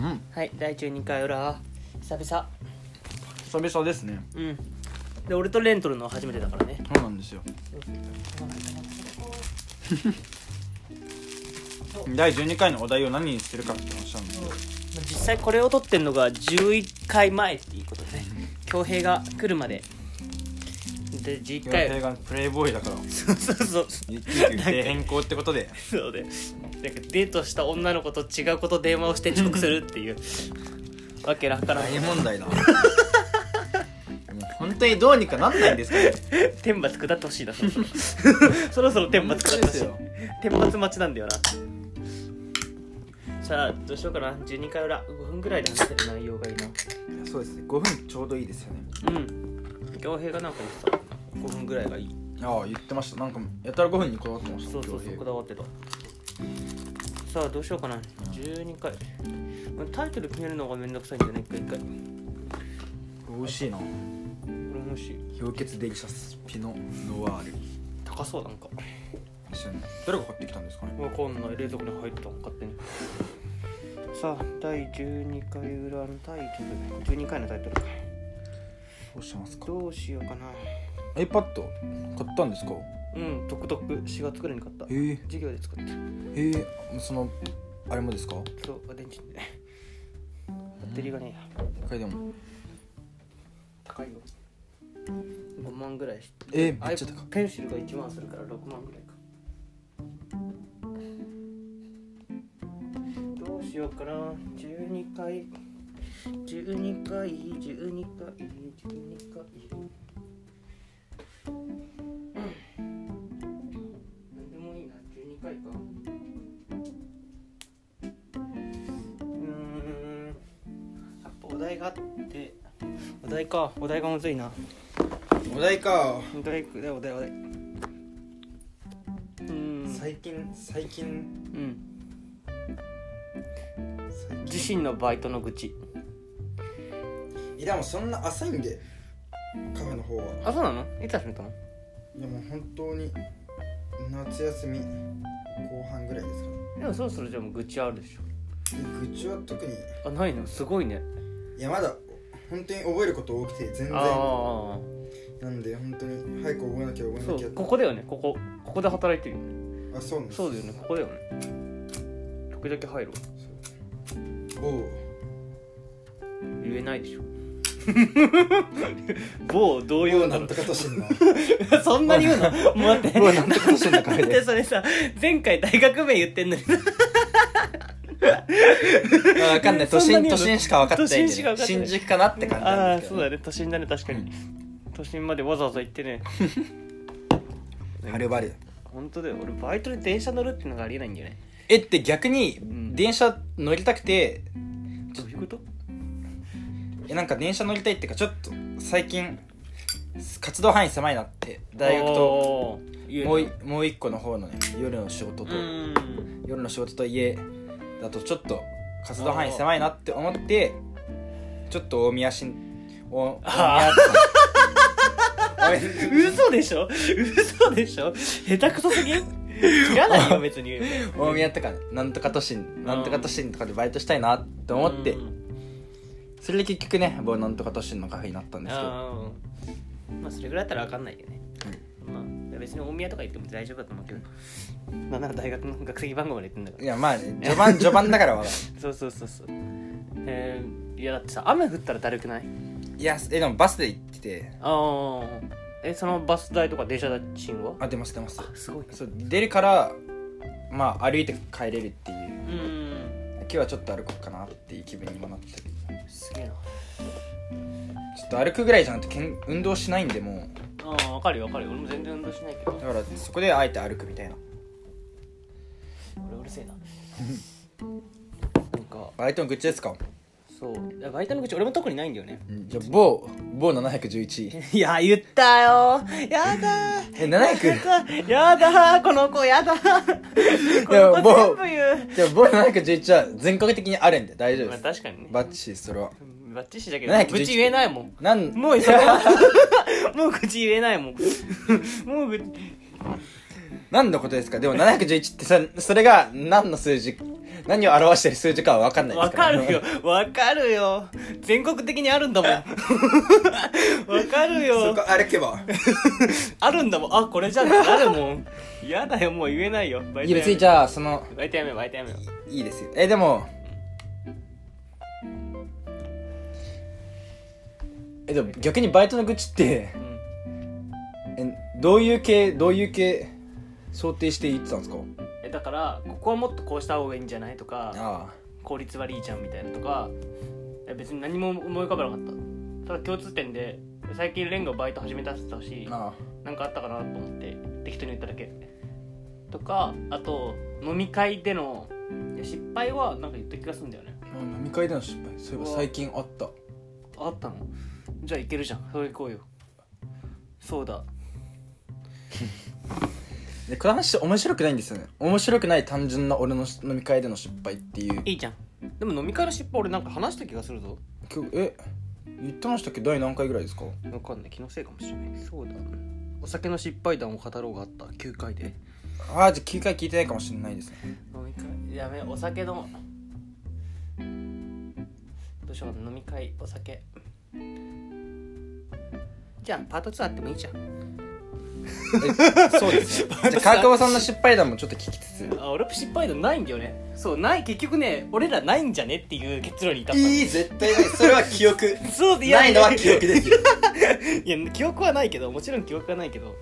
うんはい第12回裏久々久々ですねうんで俺とレントルの初めてだからねそうなんですよ第12回のお題を何にしてるかって話なんですけど実際これを撮ってんのが11回前っていうことでね恭平が来るまでで11洋平回がプレイボーイだから そうそうそう一気に変更ってことでそうでなんかデートした女の子と違う子と電話をして遅刻するっていうわけだからん大問題だもう本当にどうにかなんないんですかね天罰下ってほしいなそろそろそろそろ天罰下ってほしい本当で天罰待ちなんだよなさあどうしようかな12回裏5分ぐらいで話せる内容がいいなすよいやそうですね5分ちょうどいいですよねうん恭平がなんか言ってた5分ぐらいがいいああ言ってましたなんかやたら5分にこだわってましたそうそうそうこだわってたさあどうしようかな12回タイトル決めるのがめんどくさいんじゃないか一回美味しいな俺もし氷結デリシャスピノノワール高そうなんか一緒に誰が買ってきたんですかねわかんない冷蔵庫に入ったの勝手にさあ第12回裏のタイトル12回のタイトルかどうしますかどうしようかな iPad 買ったんですかうんトクトク4月ぐらいに買ったえー、授業で作ってえー、そのあれもですかそう電池でバッテリーがねこれでも高いよ5万ぐらいしえー、めっちゃ高いあペンシルが1万するから6万ぐらいかどうしようかな12回12回12回12回何でもいいな12回かうーんやっぱお題があってお題かお題がむずいなお題かお題くだお題お題うーん最近最近うん最近自身のバイトの愚痴いやでもそんな浅いんでカフェの方はあそうなのいつ始めたのでもう本当に夏休み後半ぐらいですかねでもそろそろじゃあもう愚痴あるでし愚痴は特にょあないのすごいねいやまだ本当に覚えること多くて全然あなんで本当に早く覚えなきゃ覚あえそなきゃうここだよねここここで働いてるよねあそうなんですそうだよねここだよね時々入るわおう言えないでし ょ某同お様うななんのとかとし んな そんなに言うの 待ってもうなんとかと しんなカフェででそれさ前回大学名言ってんのに分かんない都そんな心に都心しか分かってないん都心しで、か分かっね、てない新宿かなって感じあなんあですけそどうだね都心だね確かに、都心までわざわざ行ってねはるばる本当だよ俺バイトで電車乗るってのがありえないんだよねえって逆にん電車乗りたくて、どういうことえなんか電車乗りたいっていうかちょっと最近活動範囲狭いなって大学とともういもう一個の方のね夜の仕事と、ん夜の仕事と家だとちょっと活動範囲狭いなって思ってちょっと大宮新大あ大宮って嘘でしょ嘘でしょ下手くそすぎんいらないよ別に 大大宮とかなんとか都心なんとか都心とかでバイトしたいなって思ってうんそれで結局ね某なんとか都心のカフェになったんですけどあーまあそれぐらいだったら分かんないよね、まあ別に大宮とか行っても大丈夫だと思うけどなんなら大学の学籍番号まで行ってんだからいやまあね、序 盤序盤だからわかるそうそうそうそうえー、いやだってさ雨降ったらだるくないいやえでもバスで行っててああえそのバス代とか電車賃はあ出ます出ますすごいねそう出るからまあ歩いて帰れるっていううん今日はちょっと歩こうかなっていう気分にもなったりちすげえなょっと歩くぐらいじゃなくてけん運動しないんでもああ分かるよ分かるよ俺も全然運動しないけどうだからそこであえて歩くみたいな俺うるせえななんかバイトの愚痴ですかそういやバイトの口俺も特にないん だよねじゃあ某某711 いや言ったよやだえ700ーやだーこの子やだーでも某言でも某711は全国的にあるんで大丈夫まであす確かにねバッチリそれはバッチシだけどなんか口言えないもんなんもうそれは もう口言えないもんもう口何のことですかでも711ってさそれが何の数字何を表したり数字かは分かんないでわすからかるよわかるよ全国的にあるんだも んわかるそよこ歩けばあるんだもんあこれじゃってなるもん嫌だよもう言えないよバイトや別めにじゃあそのバイトやめようバイトやめよういいですよえでもえでも逆にバイトの愚痴ってうんえどういう系どういう系想定して言ってたんですかえだからここはもっとこうした方がいいんじゃないとかあ効率悪いじゃんみたいなとかえ別に何も思い浮かばなかったただ共通点で最近レンガバイト始めたって言ってたしあああなんかあったかなと思って適当に言っただけとかあと飲み会でのいや失敗はなんか言った気がするんだよね飲み会での失敗そういえば最近あったあったのじゃあいけるじゃんそれ行こうよそうだでこの話面白くないんですよね面白くない単純な俺の飲み会での失敗っていういいじゃんでも飲み会の失敗俺なんか話した気がするぞ今日え言ってましたっけ第何回ぐらいですかわかんない気のせいかもしれないそうだお酒の失敗談を語ろうがあった9回でああじゃあ9回聞いてないかもしれないですね飲み会やめお酒のどうしようかな飲み会お酒じゃあパート2あってもいいじゃん えそうですねじゃあ川久保さんの失敗談もちょっと聞きつつあ俺失敗談ないんだよねそうない結局ね俺らないんじゃねっていう結論に至ったのいい絶対 ないそれは記憶そうでないのは記憶ですよ いや記憶はないけどもちろん記憶はないけど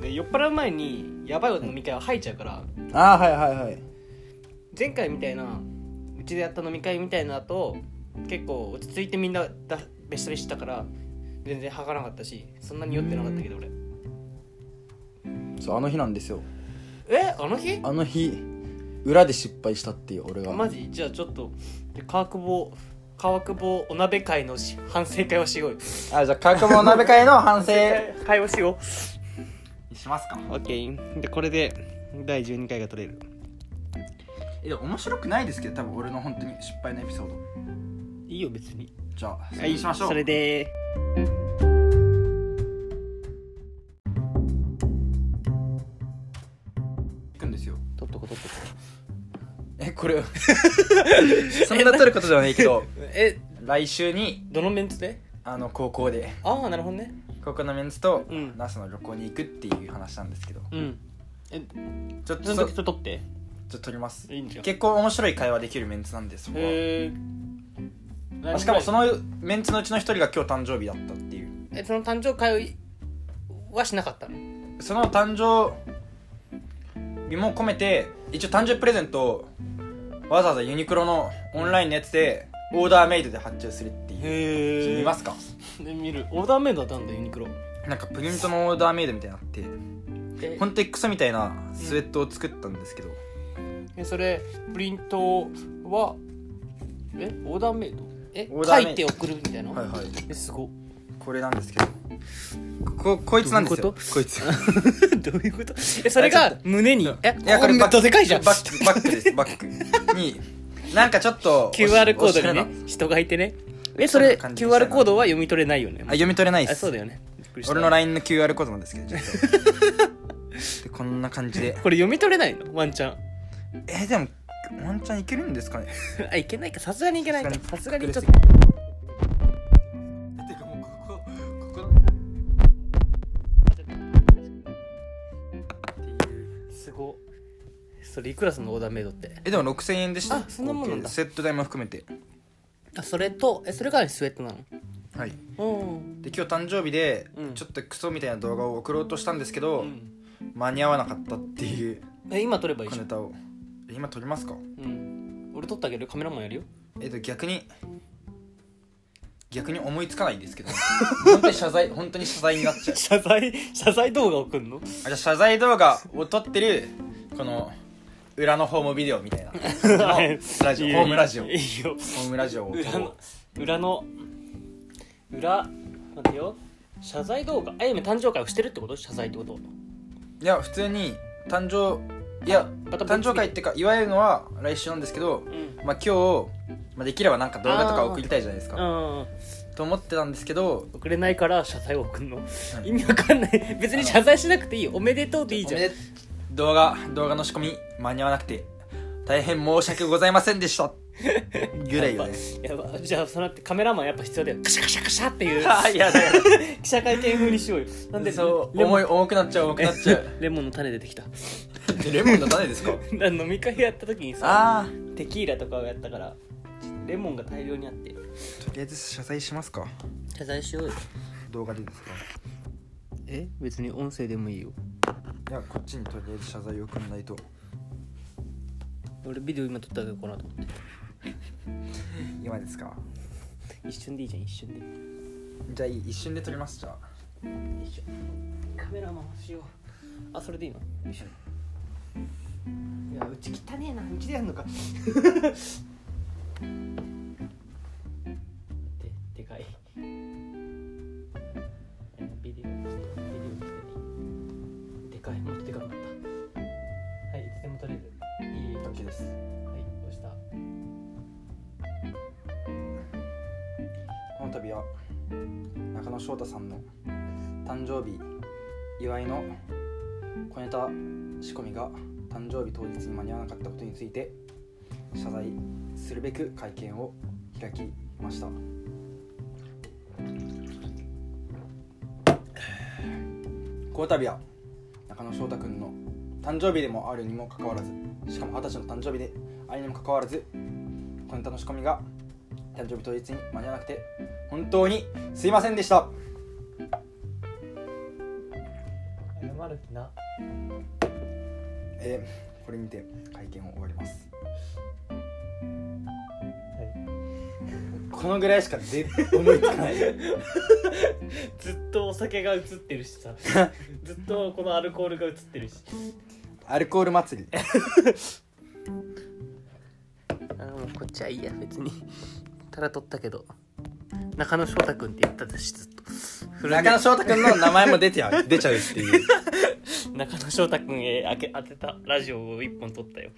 で酔っ払う前にやばい飲み会は吐いちゃうからああはいはいはい前回みたいなうちでやった飲み会みたいなと結構落ち着いてみんなだべしたりしてたから全然吐かなかったしそんなに酔ってなかったけど俺そうあの日なんですよえあの日あの日裏で失敗したっていう俺がマジじゃあちょっとで川久保川久保お鍋会のし反省会をしようよあじゃあ川久保鍋会の反 省会をしようしますか OK でこれで第12回が取れるえでも面白くないですけど多分俺の本当に失敗のエピソードいいよ別にじゃあはいそれでいくんですよ取っとこ取っとこえ これそんな取ることではないけどえ来週にどのメンツであの高校でああなるほどね高校のメンツとうんナスの旅行に行くっていう話なんですけどうんえちょっそとのそ時ちょと取ってっと撮りますいいんじゃん結構面白い会話できるメンツなんでそこはへえあしかもそのメンツのうちの一人が今日誕生日だったっていうえその誕生会はしなかったのその誕生日も込めて一応誕生日プレゼントをわざわざユニクロのオンラインのやつでオーダーメイドで発注するっていうへ見ますかで見るオーダーメイドだったんだユニクロなんかプリントのオーダーメイドみたいになってえ本当にクソみたいなスウェットを作ったんですけど、えそれプリントはえオーダーメイドえオーダ書ーメイドいて送るみたいなはいはいえすごこれなんですけどここいつなんですどよういうこ いつい どういうことえそれが胸にえこれめっちゃでかいじゃんバックバックですバックになんかちょっと QR コおしードにおしゃれね人がいてねえそれそんな感じでした QR コードは読み取れないよねなあ読み取れないっあすそうだよねびっくりした俺の LINE の QR コードなんですけどちょっ とでこんな感じでこれ読み取れないのワンチャンえー、でもワンチャンいけるんですかね あいけないかさすがにいけないかさすがにちょっとてかもうここここっていうすごそれいくらすんのオーダーメイドってえでも6000円でしたあそんなもんなんだ合計セット代も含めてあそれとえそれがスウェットなはいのうんで今日誕生日で、うんちょっとクソみたいな動画を送ろうとしたんですけど、うん間に合わなかったっていうえ今撮ればいい小じゃネん、タをえ今撮りますかうん、俺撮ってあげるカメラマンやるよえっと逆に逆に思いつかないんです けど本当に謝罪本当に謝罪になっちゃ う謝罪謝罪動画送んのあじゃあ謝罪動画を撮ってるこの裏のホームビデオ みたいな はいラジオホームラジオいいよホームラジオを裏の裏の裏待てよ謝罪動画あゆめ誕生会をしてるってこと謝罪ってこといや普通に誕生いやまた誕生会っていうか祝えるのは来週なんですけど、うんまあ、今日、まあ、できればなんか動画とか送りたいじゃないですかうんと思ってたんですけど送れないから謝罪を送んのい意味わかんない別に謝罪しなくていいよおめでとうでいいじゃんおめで動画動画の仕込み間に合わなくて大変申し訳ございませんで したぐらいよねやばじゃあその後カメラマンやっぱ必要だよカシャカシャカシャっていう あいやだよ 記者会見風にしようよななんんででそうレモン重い重くなっちゃう重くなっちゃ うレモンの種出てきたレモンの種ですか 飲み会やった時にさああテキーラとかをやったからレモンが大量にあってとりあえず謝罪しますか謝罪しようよ動画でですかえ別に音声でもいいよいやこっちにとりあえず謝罪をくんないと俺ビデオ今撮ったけどこの後今ですか一瞬でいいじゃん一瞬でじゃあいい一瞬で撮りますじゃあ一緒カメラ回しようあそれでいいの一緒いやうち汚ねえなうちでやんの かででかいビデオ見せてビデオ見せてでかいもっとでかくなったはいいつでも撮れるいいオッケーですはい押したこの度は中野翔太さんの誕生日祝いの小ネタ仕込みが誕生日当日に間に合わなかったことについて謝罪するべく会見を開きましたこの度は中野翔太君の誕生日でもあるにもかかわらずしかも二十歳の誕生日であるにもかかわらず小ネタの仕込みが誕生日当日に間に合わなくて本当にすいませんでした謝る気なえーこれにて会見を終わりますはいこのぐらいしか絶対思いつ かないずっとお酒が映ってるし さずっとこのアルコールが映ってるしアルコール祭りあのもうこっちはいいや別にただ取ったけど中野翔太君って言ったしずっとフルネ中野翔太君の名前も出てや出ちゃうっていう中野翔太君へあけ当てたラジオを一本取ったよ